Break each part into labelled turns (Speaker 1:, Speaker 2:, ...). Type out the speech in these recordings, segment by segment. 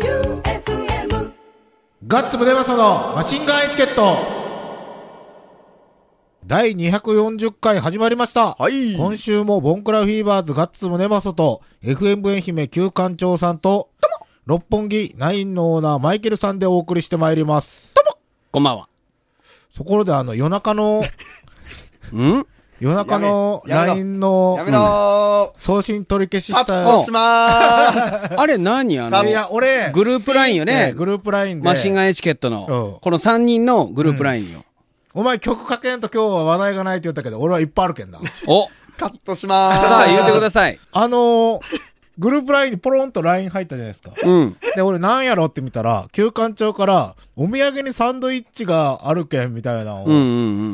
Speaker 1: J-O-E-U-F-M
Speaker 2: ガッツムネマソのマシンガンエチケット第240回始まりました。
Speaker 3: はい
Speaker 2: 今週もボンクラフィーバーズガッツムネマソと FM 愛媛旧館長さんと六本木ナインのオーナーマイケルさんでお送りしてまいります。
Speaker 3: こんばんは。
Speaker 2: ところであの夜中 の、
Speaker 3: ん
Speaker 2: 夜中の
Speaker 4: やめやめろ
Speaker 2: LINE の
Speaker 4: やめろ
Speaker 2: 送信取り消し
Speaker 4: ー、
Speaker 2: し
Speaker 4: カ
Speaker 2: た
Speaker 4: ットし まーす
Speaker 3: あれ何あ
Speaker 4: 多
Speaker 2: い
Speaker 3: の、
Speaker 2: や、俺、
Speaker 3: グループラインよね
Speaker 2: グループラインで。
Speaker 3: マシンガンエチケット
Speaker 2: うん
Speaker 3: の、この3人のグループラインよ。
Speaker 2: お前曲かけんと今日は話題がないって言ったけど、俺はいっぱいあるけんな。
Speaker 3: お、
Speaker 4: カットしまーす
Speaker 3: さあ言ってください。
Speaker 2: あのー、グループラインにポロンと LINE 入ったじゃないですか。
Speaker 3: うん。
Speaker 2: で、俺なんやろって見たら、旧館長から、お土産にサンドイッチがあるけんみたいなの
Speaker 3: うんう
Speaker 2: を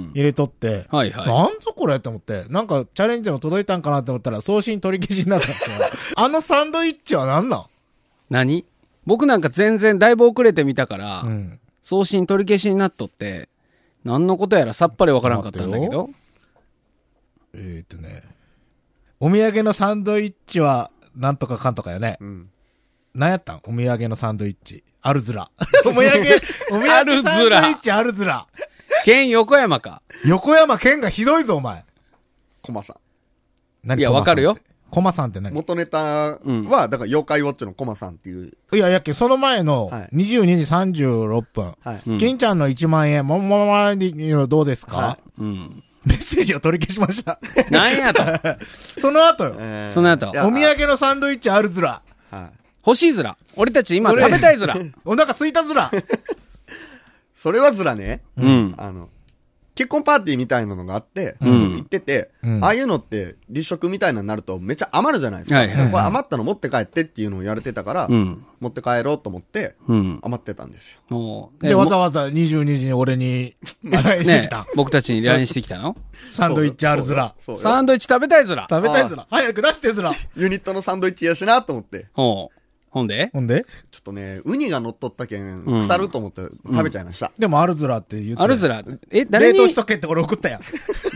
Speaker 3: ん
Speaker 2: 入れとって、
Speaker 3: はいはい
Speaker 2: なんぞこれって思って、なんかチャレンジでも届いたんかなって思ったら、送信取り消しになったんです よ。あのサンドイッチは何なん
Speaker 3: 何僕なんか全然だいぶ遅れてみたから
Speaker 2: う、ん。
Speaker 3: 送信取り消しになっとって、何のことやらさっぱりわからんかったんだけど、
Speaker 2: えー、っとね、お土産のサンドイッチは、なんとかかんとかよね。
Speaker 4: ん
Speaker 2: なんやったんお土産のサンドイッチ。あるず ら。お土産、お土
Speaker 3: あ
Speaker 2: 産
Speaker 3: るずら
Speaker 2: サンドイッチあるずら。
Speaker 3: 県横山か。
Speaker 2: 横山健がひどいぞ、お前。
Speaker 4: コマさん。
Speaker 2: 何
Speaker 3: いや
Speaker 2: コマさん
Speaker 3: わかるよ
Speaker 2: って。コマさんって何
Speaker 4: 元ネタは、
Speaker 3: うん
Speaker 4: だから、妖怪ウォッチのコマさんっていう。
Speaker 2: いや、やっけ、その前の
Speaker 4: はい
Speaker 2: 22時36分。
Speaker 4: はい。
Speaker 3: うん
Speaker 2: 金ちゃんの1万円、もんもんもんでどうですか、
Speaker 4: は
Speaker 3: うん。
Speaker 2: メッセージを取り消しました。
Speaker 3: なんやと。
Speaker 2: その後よ。
Speaker 4: えー
Speaker 3: その後
Speaker 4: い
Speaker 2: お
Speaker 4: や
Speaker 2: 土産のサンドイッチあるずら。
Speaker 4: はい。
Speaker 3: 欲しいずら。俺たち今食べたいずら。
Speaker 2: お腹すいたずら。
Speaker 4: それはずらね、
Speaker 3: うん。
Speaker 4: あの、結婚パーティーみたいなのがあって、
Speaker 3: ん
Speaker 4: 行ってて、
Speaker 2: うん
Speaker 4: ああいうのって、立食みたいなのになるとめっちゃ余るじゃないですか。
Speaker 3: はいはいはい
Speaker 4: これ余ったの持って帰ってっていうのをやれてたから、
Speaker 3: うん。
Speaker 4: 持って帰ろうと思って、
Speaker 3: うん。
Speaker 4: 余ってたんですよ。
Speaker 3: もう
Speaker 2: で、わざ
Speaker 3: わ
Speaker 2: わざ22時に俺 に、笑いしてきた、
Speaker 3: 僕たちに LINE してきたの
Speaker 2: サンドイッチあるずら。
Speaker 4: そうよそうよ
Speaker 3: サンドイッチ食べたいずら。
Speaker 2: 食べたいずら。早く出してずら。
Speaker 4: ユニットのサンドイッチやしなと思って。
Speaker 3: ほう。ほんで
Speaker 2: ほんで
Speaker 4: ちょっとね、ウニが乗っとったけん、
Speaker 3: うん
Speaker 4: 腐ると思って食べちゃいました。
Speaker 2: でもあるずらって言って。
Speaker 3: あるずら。え、誰
Speaker 2: 冷
Speaker 3: に
Speaker 2: 凍、しとけって俺送ったやん。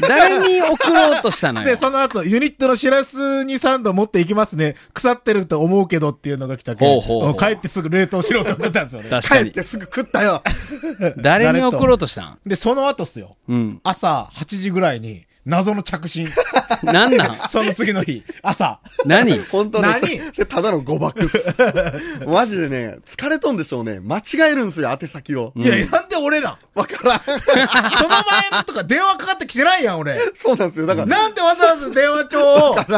Speaker 3: 誰に送ろうとした の
Speaker 2: で、
Speaker 3: よ。
Speaker 2: その後、ユニットのシラスにサンド持っていきますね。腐ってると思うけどっていうのが来たけ
Speaker 3: ほうほう
Speaker 2: ど、
Speaker 3: ほう
Speaker 2: 帰ってすぐ冷凍しろって送ったんですよね。
Speaker 3: 確
Speaker 4: 帰
Speaker 3: か
Speaker 4: っ
Speaker 3: に。
Speaker 4: てすぐ食ったよ。
Speaker 3: 誰に送ろうとしたん
Speaker 2: で、その後っすよ。
Speaker 3: うん。
Speaker 2: 朝8時ぐらいに、謎の着信。
Speaker 3: なんなん
Speaker 2: その次の日、朝。
Speaker 3: 何
Speaker 4: 本当ね、
Speaker 2: 何
Speaker 4: それそれただの誤爆 っす。マジでね、疲れとんでしょうね。間違えるんすよ、宛先を。
Speaker 2: いや、なんで俺だ
Speaker 4: わからん。
Speaker 2: その前のとか電話かかってきてないやん、俺。
Speaker 4: そうなんですよ。だから、
Speaker 2: なんでわざわざ電話帳を、朝
Speaker 3: うん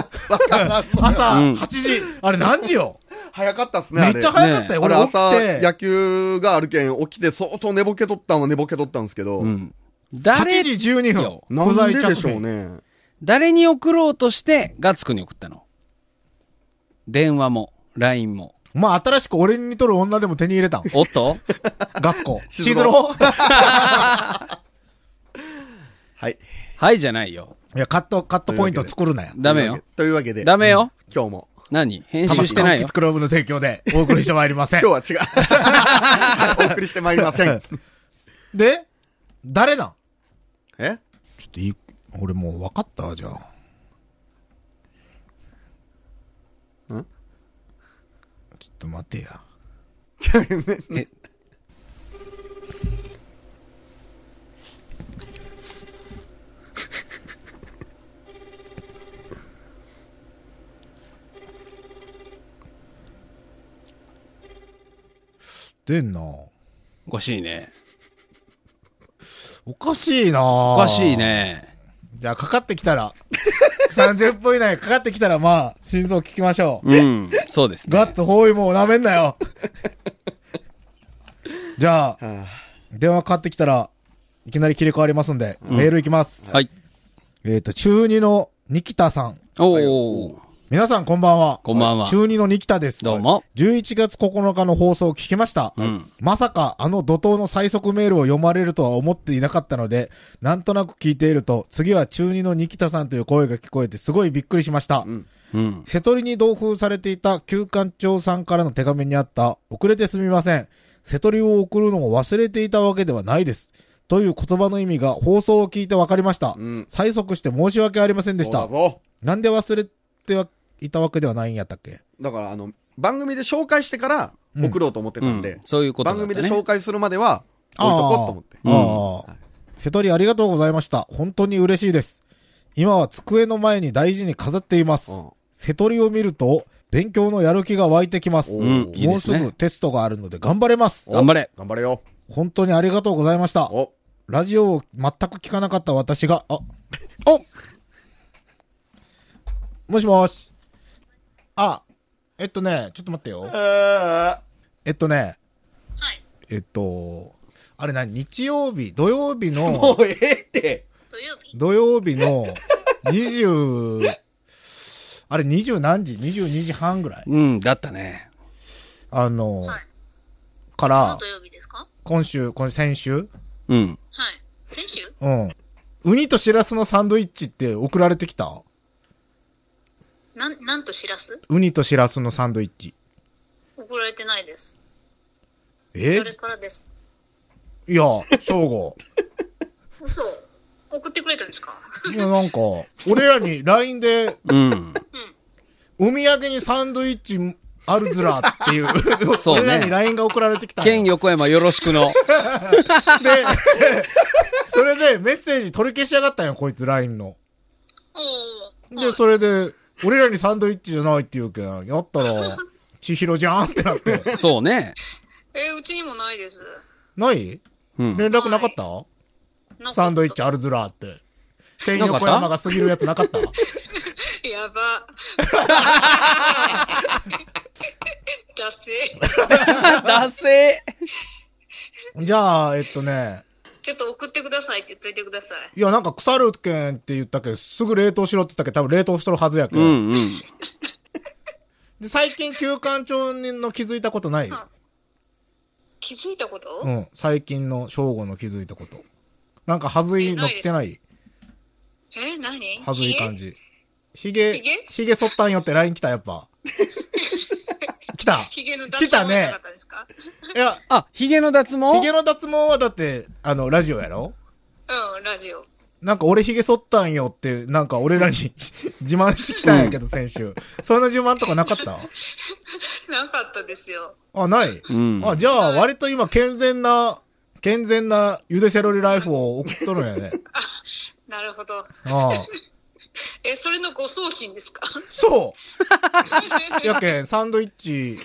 Speaker 2: 8時、あれ何時よ
Speaker 4: 早かったっすね。
Speaker 2: め
Speaker 4: あ
Speaker 2: っ
Speaker 4: れ
Speaker 2: ちゃ早かったよ。
Speaker 4: あれ
Speaker 2: 俺起
Speaker 4: 朝、
Speaker 2: き
Speaker 4: 野
Speaker 2: て、
Speaker 4: 球があるけん、起きて相当寝ぼけとったんは寝ぼけとったんですけど、
Speaker 3: うん。
Speaker 2: 8
Speaker 3: 誰、
Speaker 2: 時12分、
Speaker 4: なん
Speaker 2: 在
Speaker 4: で
Speaker 2: 着
Speaker 4: でしょう
Speaker 2: 信。
Speaker 4: ね。
Speaker 3: 誰に送ろうとして、ガッツくんに送ったの電話も、LINE も。
Speaker 2: まあ、新しく俺に似とる女でも手に入れたん。
Speaker 3: おっと
Speaker 2: ガツコ。シ
Speaker 4: シ
Speaker 2: ー
Speaker 4: ー
Speaker 2: ズ
Speaker 4: ズ
Speaker 2: ロ
Speaker 4: ロ
Speaker 2: ー
Speaker 4: はい。
Speaker 3: はいじゃないよ。
Speaker 2: いや、カット、カットポイント作る なよ。
Speaker 3: ダ メよ。
Speaker 4: というわけで、
Speaker 3: ダメよ。
Speaker 4: 今日も。
Speaker 3: 何編集してないよ
Speaker 2: キツ。クローブの提供でお送りしてまいりま せん
Speaker 4: 今日。は 違う。はいお送りしてまいりません。
Speaker 2: で、誰なん
Speaker 4: え
Speaker 2: ちょっといい、俺もう分かったわ、じゃあ。
Speaker 4: ん
Speaker 2: ちょっと待てや。
Speaker 3: え
Speaker 2: 出んな
Speaker 3: おかしいね。
Speaker 2: おかしいなお
Speaker 3: おかしい。ね。
Speaker 2: じゃあ、かかってきたら、30分以内かかってきたら、まあ、心臓聞きましょう。
Speaker 3: うん。そうですね。
Speaker 2: ガッツ包囲もう舐めんな よ。じゃあ、
Speaker 4: は
Speaker 2: 電話かかってきたら、いきなり切り替わりますんで、メールいきます。
Speaker 3: はい。
Speaker 2: えっ、と、中二のニキタさん。
Speaker 3: おー。
Speaker 2: 皆さんこんばんは。
Speaker 3: こんばんは
Speaker 2: 中二のニキタです。
Speaker 3: どうも。
Speaker 2: 11月9日の放送を聞きました。
Speaker 3: うん
Speaker 2: まさかあの怒涛の最速メールを読まれるとは思っていなかったので、なんとなく聞いていると、次は中二のニキタさんという声が聞こえてすごいびっくりしました。
Speaker 4: ん
Speaker 3: うん。
Speaker 2: 瀬戸りに同封されていた旧館長さんからの手紙にあった、遅れてすみません。瀬戸りを送るのを忘れていたわけではないです。という言葉の意味が放送を聞いて分かりました。
Speaker 4: ん
Speaker 2: 催促して申し訳ありませんでし
Speaker 4: そうだ
Speaker 2: た。
Speaker 4: ぞ。
Speaker 2: なんで忘れてはいたわけではないんやったっけ
Speaker 4: だから、あの、番組で紹介してから送ろうと思ってたんで、
Speaker 3: うんそういうことだっ
Speaker 4: 番
Speaker 3: たね
Speaker 4: 組で紹介するまでは置いとこうと思って。
Speaker 2: ああああ瀬戸利ありがとうございました。本当に嬉しいです。今は机の前に大事に飾っています
Speaker 4: うん。
Speaker 2: 瀬戸利を見ると、勉強のやる気が湧いてきます。
Speaker 4: お
Speaker 3: うん
Speaker 4: ー、
Speaker 3: いい
Speaker 2: も
Speaker 3: で
Speaker 2: う
Speaker 3: す
Speaker 2: す
Speaker 3: ね
Speaker 2: ぐ。テストがあるので頑張れます。
Speaker 3: 頑張れ。
Speaker 4: 頑張れよ。
Speaker 2: 本当にありがとうございました。
Speaker 4: お、
Speaker 2: ラジオを全く聞かなかった私が、あ、
Speaker 3: お
Speaker 2: もしもし。あ、えっとね、ちょっと待ってよ。えっとね、
Speaker 5: はい。
Speaker 2: えっと、あれ何日曜日、土曜日
Speaker 4: も
Speaker 2: の、
Speaker 4: うええって。
Speaker 5: 土曜日
Speaker 2: 土曜日の20、あれ20何時 ?22 時半ぐらい
Speaker 3: うん、だったね。
Speaker 2: あの、
Speaker 5: はい
Speaker 2: か
Speaker 5: の
Speaker 2: ら
Speaker 5: 土、曜日ですか
Speaker 2: 今週、今週、先週、
Speaker 3: うん。
Speaker 5: はい。先週
Speaker 2: うん。ウニとシラスのサンドイッチって送られてきた
Speaker 5: なん、なんと知らす
Speaker 2: ウニとシラスのサンドイッチ。
Speaker 5: 送られてないです。
Speaker 2: え
Speaker 5: それからです。
Speaker 2: いや、正午。
Speaker 5: 嘘。送ってくれたんですか
Speaker 2: いや、なんか、俺らに LINE で、
Speaker 3: うん。
Speaker 2: お土産にサンドイッチあるずらっていう、
Speaker 3: そうね
Speaker 2: 俺らに LINE が送られてきたの
Speaker 3: 県
Speaker 2: よ。
Speaker 3: 横山よろし くの。
Speaker 2: で、 それでメッセージ取り消しやがったんよ、こいつ LINE の。
Speaker 5: おー。
Speaker 2: で、それで、俺らにサンドイッチじゃないって言うけん、やったら、千尋じゃんってなって。
Speaker 3: そうね。
Speaker 5: えーうちにもないです。
Speaker 2: ない
Speaker 3: うん。
Speaker 2: 連絡なかった、
Speaker 5: なんか
Speaker 2: サンドイッチあるずらって。県
Speaker 3: なかっ
Speaker 2: 横
Speaker 3: た
Speaker 2: 山が過ぎるやつなかった
Speaker 5: や ば。だせ。
Speaker 3: だせ
Speaker 2: じゃあ、えっとね、
Speaker 5: ちょっと送ってくださいって言っといてください。
Speaker 2: いや、なんか腐るけんって言ったけど、すぐ冷凍しろって言ったけど、多分冷凍しとるはずやけ。
Speaker 3: うんんうん。
Speaker 2: で、最近休館長の気づいたことない、
Speaker 5: は気づいたこと、
Speaker 2: うん。最近の正午の気づいたこと。なんか、はずいの着てない
Speaker 5: え何
Speaker 2: はずい感
Speaker 5: じ。
Speaker 2: じ。ひげ
Speaker 5: ひげ、
Speaker 2: ひげ剃ったんよって LINE 来た、やっぱ。来た。
Speaker 5: ひげの脱
Speaker 2: 来たね
Speaker 5: 毛はなかったですか
Speaker 2: いや、
Speaker 3: あ、ヒゲの脱毛
Speaker 2: ひげの脱毛はだって、あの、ラジオやろ
Speaker 5: うん、ラジオ。
Speaker 2: なんか俺ひげ剃ったんよって、なんか俺らに 自慢してきたんやけど、先週。そんな自慢とかなかった
Speaker 5: なかったですよ。
Speaker 2: あ、ない、
Speaker 3: うん。
Speaker 2: あ、じゃあ割と今健全な、健全なゆでセロリライフを送っとるんや ね。
Speaker 5: なるほど。
Speaker 2: ああ。
Speaker 5: え、それのご送信で すか
Speaker 2: そうやけん、サンドイッチ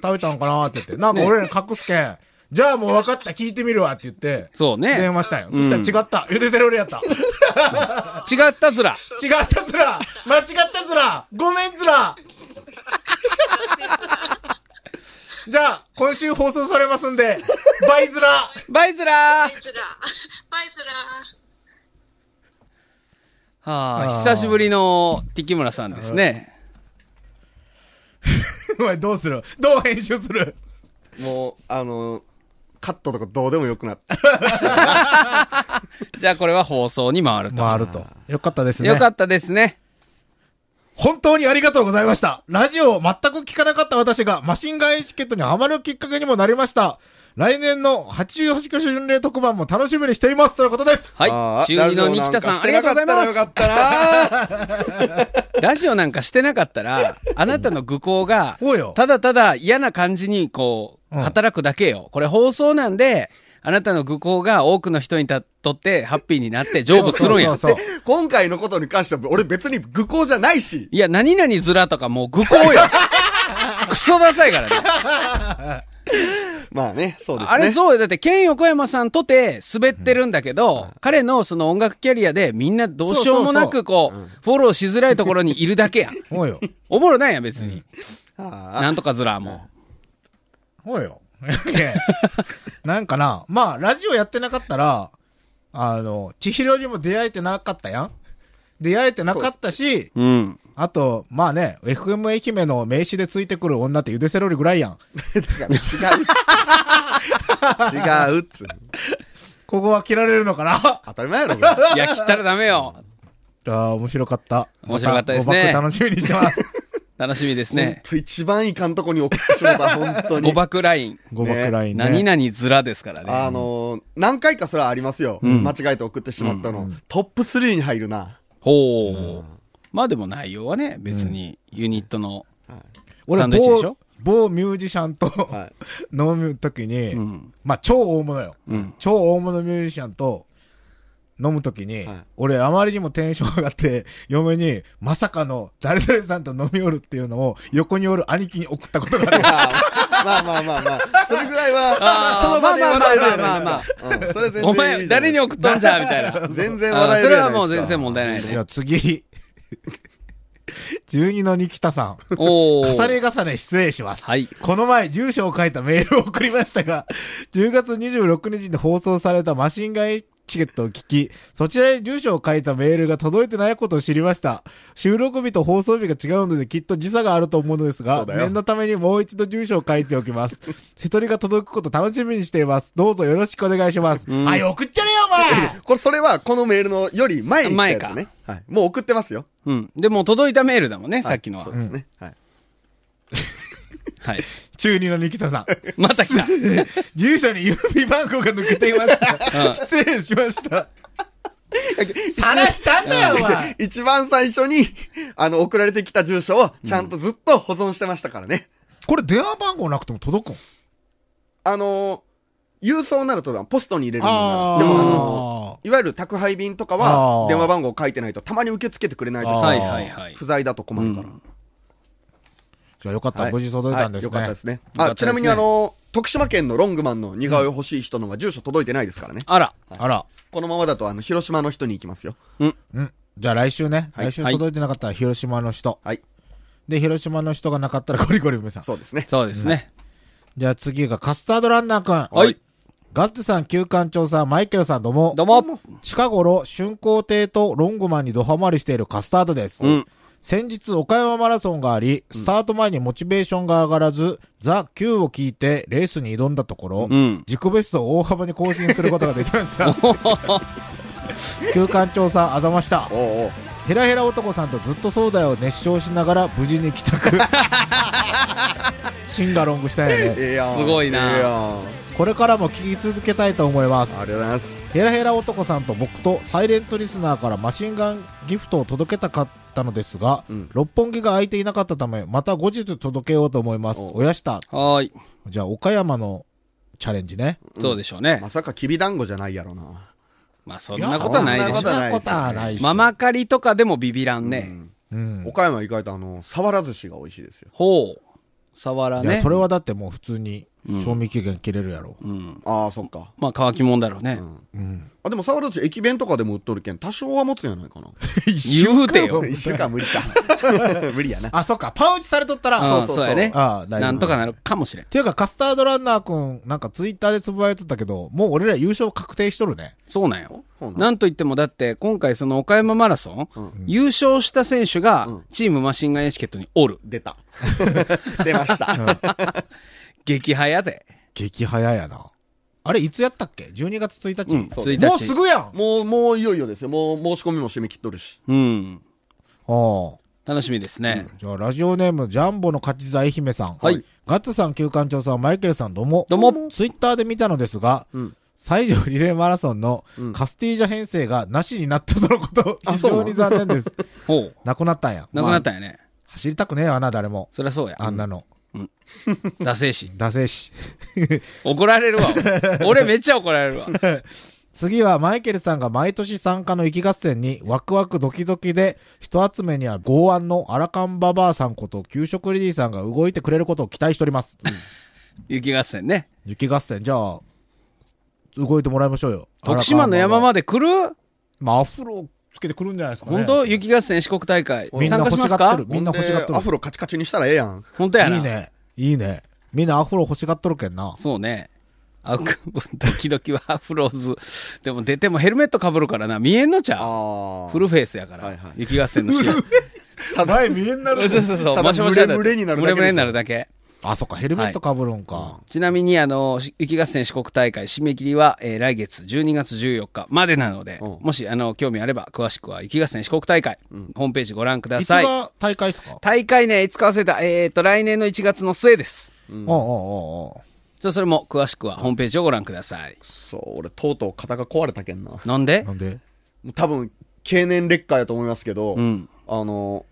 Speaker 2: 食べたんかなって言って。なんか俺らに隠すけん。じゃあもう分かった、聞いてみるわって言って。
Speaker 3: そうね
Speaker 2: 電。話したんよ。
Speaker 3: うん
Speaker 2: そしたら違った。ゆでセロリやった。
Speaker 3: 違ったずら。
Speaker 2: 違ったずら間違ったずらごめんず らじゃあ、今週放送されますんで、バイずら
Speaker 3: バイずら
Speaker 5: あいつら。あいつら。
Speaker 3: は
Speaker 2: あ
Speaker 3: あ、
Speaker 2: ー
Speaker 3: 久しぶりの敵村さんですね。
Speaker 2: お前どうするどう編集する
Speaker 4: もう、あの、カットとかどうでもよくなった。
Speaker 3: じゃあこれは放送に回ると。
Speaker 2: 回ると。よかったですね。
Speaker 3: よかったですね。
Speaker 2: 本当にありがとうございました。ラジオを全く聞かなかった私がマシンガンエチケットにハマるきっかけにもなりました。来年の88挙手巡礼特番も楽しみにしていますということです。
Speaker 4: あ
Speaker 3: はい。
Speaker 4: ー
Speaker 3: 中二の二北さん、ありがとうございま
Speaker 4: ラジオな
Speaker 3: す。
Speaker 4: んかしてなかったらよかったな
Speaker 3: ラジオなんかしてなかったら、あなたの愚行が
Speaker 2: おうよ、
Speaker 3: ただただ嫌な感じに、こ
Speaker 2: う
Speaker 3: う、
Speaker 2: ん
Speaker 3: 働くだけよ。これ放送なんで、あなたの愚行が多くの人にたとってハッピーになって成仏するんや。
Speaker 2: そうそうそう
Speaker 4: 今回のことに関しては、俺別に愚行じゃないし。
Speaker 3: いや、何々ずらとかもう愚行よ。クソダサいからね。
Speaker 4: まあね、そうですね。
Speaker 3: あれそうよ。だって、ケン横山さんとて滑ってるんだけど、彼のその音楽キャリアでみんなどうしようもなくこう、フォローしづらいところにいるだけやん。
Speaker 2: おうよ。
Speaker 3: おもろないやん、別に。
Speaker 4: あ
Speaker 3: なんとかずらも
Speaker 2: おうよ。なんかな、まあ、ラジオやってなかったら、あの、千尋にも出会えてなかったやん出会えてなかったし、
Speaker 3: う。うん。
Speaker 2: あと、まあね、FM 愛媛の名刺でついてくる女ってゆでセロリぐらいやん。
Speaker 4: あ違うっつう。
Speaker 2: ここは切られるのかな
Speaker 4: 当たり前やろ、これ
Speaker 3: いや、切ったらダメよ。
Speaker 2: ああ、面白かった。
Speaker 3: 面白かったです
Speaker 2: ま
Speaker 3: ね
Speaker 2: た誤爆楽しみにしてます。
Speaker 3: 楽しみです
Speaker 4: ほん
Speaker 3: ね。
Speaker 4: と一番いかんとこに送ってしまった、本当に。
Speaker 3: 誤爆ライン。
Speaker 2: 誤爆ラインね。
Speaker 3: 何々ずらですからね。
Speaker 4: あのー何回かそれはありますよ。間違えて送ってしまったの。トップ3に入るな。
Speaker 3: ほう。まあでも内容はね、別にユニットの
Speaker 2: 俺
Speaker 3: サンドイッチでしょ
Speaker 2: 某ミュージシャンと、
Speaker 4: はい
Speaker 2: 飲むときに、
Speaker 3: うん
Speaker 2: まあ超大物よ、
Speaker 3: うん
Speaker 2: 超大物ミュージシャンと飲むときに、
Speaker 4: はい
Speaker 2: 俺あまりにもテンション上がって、 嫁にまさかの誰々さんと飲みおるっていうのを横におる兄貴に送ったことがある。
Speaker 4: まあまあまあまあ、それぐらいは
Speaker 3: あ、ー
Speaker 4: その場で
Speaker 3: まあまあ
Speaker 4: 笑える
Speaker 3: まあまあ
Speaker 4: まあまあ。それ全然
Speaker 3: お前、誰に
Speaker 4: 送
Speaker 3: 送ったんじゃみたいな。
Speaker 4: 全然笑える
Speaker 3: あそれはもう全然問題ない
Speaker 2: じゃ
Speaker 3: ね。
Speaker 2: あ次。12の二北さん。
Speaker 3: おお。
Speaker 2: 重ね重ね失礼します。
Speaker 3: はい。
Speaker 2: この前、住所を書いたメールを送りましたが、10月26日に放送されたマシンガンチケットを聞き、そちらに住所を書いたメールが届いてないことを知りました。収録日と放送日が違うのできっと時差があると思うのです
Speaker 4: そう
Speaker 2: が、
Speaker 4: だよ
Speaker 2: 念のためにもう一度住所を書いておきます。 瀬戸りが届くこと楽しみにしています。どうぞよろしくお願いします。
Speaker 4: ん
Speaker 2: あい、送っちゃれよ、お 前
Speaker 4: これ、それはこのメールのより前に来たやつね。はい。もう送ってますよ。
Speaker 3: うん。でも届いたメールだもんね、さっきのは。
Speaker 4: そうですね。はい。
Speaker 3: はい。
Speaker 2: 中二のニキタさん。
Speaker 3: また来た。
Speaker 2: 住所に郵便番号が抜けていま した。失礼しました。晒したんだよ、お前
Speaker 4: 一番最初に、あの、送られてきた住所をちゃんとずっと保存してましたからね。
Speaker 2: これ電話番号なくても届くん
Speaker 4: あのー、郵送になると、ポストに入れるようにな
Speaker 2: あ
Speaker 4: る。でも、あの、
Speaker 2: あ
Speaker 4: いわゆる宅配便とか
Speaker 2: あー
Speaker 4: は、電話番号書いてないと、たまに受け付けてくれないとか
Speaker 3: はいはいはい
Speaker 4: 不。在だと困るから。
Speaker 3: うん
Speaker 2: じゃあよかった、
Speaker 4: はい
Speaker 2: 無事届いたんですね。
Speaker 4: はいよかったですね。
Speaker 3: よか
Speaker 4: あ、
Speaker 3: ったです
Speaker 4: ち
Speaker 3: ね
Speaker 4: なみにあの、徳島県のロングマンの似顔絵欲しい人のは住所届いてないですからね。
Speaker 3: あら。
Speaker 2: あら。
Speaker 4: このままだと、あの、広島の人に行きますよ。
Speaker 2: うん。じゃあ来週ね。
Speaker 4: は
Speaker 2: 来
Speaker 4: い
Speaker 2: 週届いてなかったら広島の人。
Speaker 4: はい。
Speaker 2: で、広島の人がなかったらゴリゴリ梅さん。
Speaker 4: そうですね。
Speaker 3: そうですね。
Speaker 2: じゃあ次がカスタードランナーくん。
Speaker 3: はい。
Speaker 2: ガッツさん、旧館長さん、マイケルさん、どうも。
Speaker 3: どうも。
Speaker 2: 近頃、春光亭とロングマンにドハマりしているカスタードです。
Speaker 3: うん。
Speaker 2: 先日、岡山マラソンがあり、スタート前にモチベーションが上がらず、ザ・ Q を聞いてレースに挑んだところ、
Speaker 3: うん。
Speaker 2: 自己ベストを大幅に更新することができました 旧館長さんあざました
Speaker 4: おうおう
Speaker 2: ヘラヘラ男さんとずっとそうだよを熱唱しながら無事に帰 宅シンガロングしたいよね
Speaker 4: ええやん
Speaker 3: すごいな
Speaker 4: ええやん
Speaker 2: これからも聞き続けたいと思います
Speaker 4: ありがとうございます。
Speaker 2: ヘラヘラ男さんと僕とサイレントリスナーからマシンガンギフトを届けたかったのですが、
Speaker 4: うん
Speaker 2: 六本木が空いていなかったためまた後日届けようと思います
Speaker 4: お
Speaker 2: おやした
Speaker 3: はーい。
Speaker 2: じゃあ岡山のチャレンジね
Speaker 3: そうでしょうね
Speaker 4: ま。さかきび団子じゃないやろな。
Speaker 3: まあ、そんなことはないで
Speaker 2: や
Speaker 3: しょ
Speaker 2: そ
Speaker 4: そ
Speaker 2: ん
Speaker 4: ん
Speaker 3: う。
Speaker 2: な
Speaker 4: な
Speaker 2: こ
Speaker 4: ことと
Speaker 2: は
Speaker 4: は
Speaker 2: な
Speaker 4: ない
Speaker 2: し
Speaker 3: ママ狩りとかでもビビらんね。
Speaker 2: うん
Speaker 4: 岡山意外とあの、さわら寿司が美味しいですよ。
Speaker 3: ほう。サワラ
Speaker 2: いや、
Speaker 3: ね
Speaker 2: そ。れはだってもう普通に賞味期限切れるやろ。
Speaker 3: うん。
Speaker 4: ああ、そっか。
Speaker 3: まあ、乾きもんだろうね。
Speaker 2: うん。
Speaker 4: あ、でもさわら寿司駅弁とかでも売っとるけん、多少は持つんやな いかな。
Speaker 3: 言うてよ。
Speaker 4: 一週間無理か。無理やな。
Speaker 2: あ、そっか、パウチされとったら、
Speaker 3: あ
Speaker 4: そうそ
Speaker 3: そ
Speaker 4: うそう
Speaker 3: うやね。
Speaker 2: ああ、大丈夫。
Speaker 3: なんとかな
Speaker 2: る。
Speaker 3: るかもしれん
Speaker 2: っ。ていうか、カスタードランナーくん、なんかツイッターでつぶやいとったけど、もう俺ら優勝確定しとるね。
Speaker 3: そうなんよ。
Speaker 4: そうなん
Speaker 3: なんといってもだって、今回その岡山マラソン、優勝した選手が、チームマシンガンエチケットにおる。
Speaker 4: 出た。出ました。
Speaker 3: 激早で。
Speaker 2: 激早やな。あれ、いつやったっけ ?12 月1日。
Speaker 3: うん
Speaker 2: そう
Speaker 3: 1日
Speaker 2: もうすぐやんあ
Speaker 4: もう、もういよいよですよ。もう申し込みも締め切っとるし。
Speaker 3: うん。
Speaker 2: あ。
Speaker 3: 楽しみですね。
Speaker 2: じゃあ、ラジオネーム、ジャンボの勝ち座愛媛さん。
Speaker 3: はい。
Speaker 2: ガッツさん、旧館長さん、マイケルさん、どうも。
Speaker 3: どうも。
Speaker 2: ツイッターで見たのですが、
Speaker 4: うん
Speaker 2: 西条リレーマラソンの
Speaker 4: うん
Speaker 2: カスティージャ編成がなしになったとのこと、
Speaker 4: あ
Speaker 2: 非
Speaker 4: そ
Speaker 2: 常
Speaker 4: う
Speaker 2: に残念です。
Speaker 3: ほう。
Speaker 2: なくなったんや。
Speaker 3: なくなった
Speaker 2: ま
Speaker 3: んやね。
Speaker 2: あ走りたくねえわな、誰も。
Speaker 3: そりゃそうや。
Speaker 2: あんなの。
Speaker 3: ダセえし。
Speaker 2: だせえし。
Speaker 3: 怒られ るわ。俺俺めっちゃ怒られるわ。
Speaker 2: 次はマイケルさんが毎年参加の息合戦にワクワクドキドキで、人集めには剛腕のアラカンババアさんこと給食リリーさんが動いてくれることを期待しております。
Speaker 3: 雪合 戦ね。
Speaker 2: 雪合戦、じゃあ、動いてもらいましょうよ。
Speaker 3: 徳島の山まで来る
Speaker 2: まあ、アフロつけてくるんじゃないですかね。
Speaker 3: 本当雪合戦四国大会。
Speaker 2: みんな
Speaker 3: 参加し
Speaker 2: 欲
Speaker 3: ま
Speaker 2: しが
Speaker 3: す
Speaker 2: っ
Speaker 3: か
Speaker 2: とる。みんな欲しがっと
Speaker 4: ほで
Speaker 2: る
Speaker 4: ア。フロカチカチにしたらええやん。
Speaker 3: 本当やな。
Speaker 2: いいね。いいね。みんなアフロ欲しがっとるけんな。
Speaker 3: そうね。あ、く時々はアフローズ。でも出てもヘルメットかぶるからな。見えんのちゃう
Speaker 4: あ
Speaker 3: フルフェイスやから。
Speaker 4: はいはい
Speaker 3: 雪合戦の 試合。
Speaker 4: ただ、
Speaker 2: 前見えんな
Speaker 3: そうそうそう。
Speaker 4: ただ
Speaker 3: もしもし
Speaker 4: 群れ群れになるだ
Speaker 3: 群れ
Speaker 4: けでしょ
Speaker 3: 群れになるだけ。
Speaker 2: あ、そっか、ヘルメットかぶるんか。
Speaker 3: ちなみに、あの、し雪合戦四国大会締め切りは、えー来月12月14日までなので、
Speaker 4: うん
Speaker 3: もし、あの、興味あれば、詳しくは雪合戦四国大会、ホームページご覧くだ
Speaker 2: いつ
Speaker 3: さい。
Speaker 2: が大会っすか
Speaker 3: 大会ね、いつか忘れた、えっ、と、来年の1月の末です。
Speaker 2: おうおうおうおう
Speaker 3: じゃあそれも詳しくはホームページをご覧ください。
Speaker 4: そう、俺、とうとう肩が壊れたけんな。も
Speaker 3: なんで
Speaker 2: なんで
Speaker 4: う多分、経年劣化やと思いますけど、
Speaker 3: うん。
Speaker 4: あの、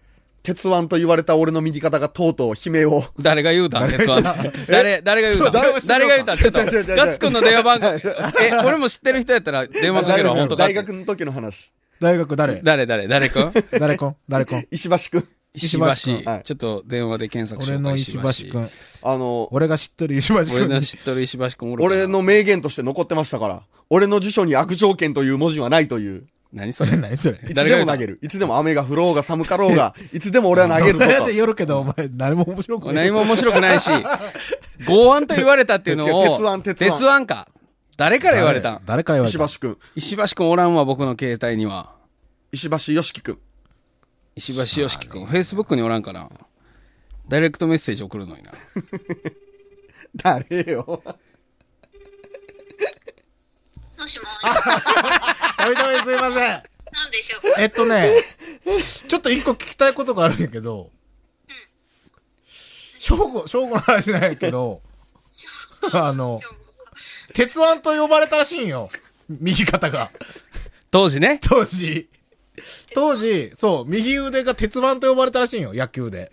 Speaker 4: 鉄腕と言われた俺の右肩がとうとう悲鳴を。
Speaker 3: 誰が言うたん鉄腕って。誰、誰が言う
Speaker 2: そう
Speaker 3: た
Speaker 2: 誰
Speaker 3: ん
Speaker 2: が知ってるのか
Speaker 3: 誰が言うたんちょっと、
Speaker 4: 違う違う違う違う
Speaker 3: ガッツくんの電話番号。え、俺も知ってる人やったら電話かけろ、本当かっ
Speaker 4: 大
Speaker 3: て。
Speaker 4: 学の時の話。
Speaker 2: 大学誰
Speaker 3: 誰、誰、誰くん
Speaker 2: 誰こん誰こん
Speaker 4: 石橋くん。
Speaker 3: 石
Speaker 2: 橋
Speaker 3: 橋
Speaker 2: 君。
Speaker 4: はい
Speaker 3: ちょっと電話で検索しよ
Speaker 2: 俺
Speaker 3: う
Speaker 2: の
Speaker 3: か
Speaker 2: 石橋くん。
Speaker 4: あの、
Speaker 2: 俺が知ってる石橋く
Speaker 3: 俺の
Speaker 2: ん。
Speaker 3: 知っとる石橋くんおるかな
Speaker 4: 俺。の名言として残ってましたから。俺の辞書に悪条件という文字はないという。
Speaker 3: 何それ
Speaker 2: 何それ。
Speaker 4: いつ
Speaker 3: 誰が言
Speaker 4: で
Speaker 3: う
Speaker 4: も
Speaker 3: た
Speaker 4: 投げる。いつでも雨が降ろうが寒かろうが、いつでも俺は投げるぞ
Speaker 2: どんなや
Speaker 4: と
Speaker 2: で。よるけど、お前、誰も面白くない。
Speaker 3: 何も面白くないし、 剛腕と言われたっていうのを、
Speaker 4: 鉄腕鉄腕
Speaker 3: か。誰から言われたん
Speaker 2: 誰から言われ
Speaker 4: 石
Speaker 2: た
Speaker 4: 橋くん。
Speaker 3: 石橋くんおらんわ、僕の携帯には。
Speaker 4: 石橋よしきくん。
Speaker 3: 石橋よしきくん、Facebook におらんかな。ダイレクトメッセージ送るのにな。
Speaker 4: 誰よ。
Speaker 5: もしも し。
Speaker 2: ダメダメすいません。
Speaker 5: なんでしょう。
Speaker 2: えっとね、ちょっと一個聞きたいことがあるんやけど、正午、正午の話なんやけど、 あの、鉄腕と呼ばれたらしいんよ。右肩が。
Speaker 3: 当時ね。
Speaker 2: 当時。当時、そう、右腕が鉄腕と呼ばれたらしいんよ、野球で。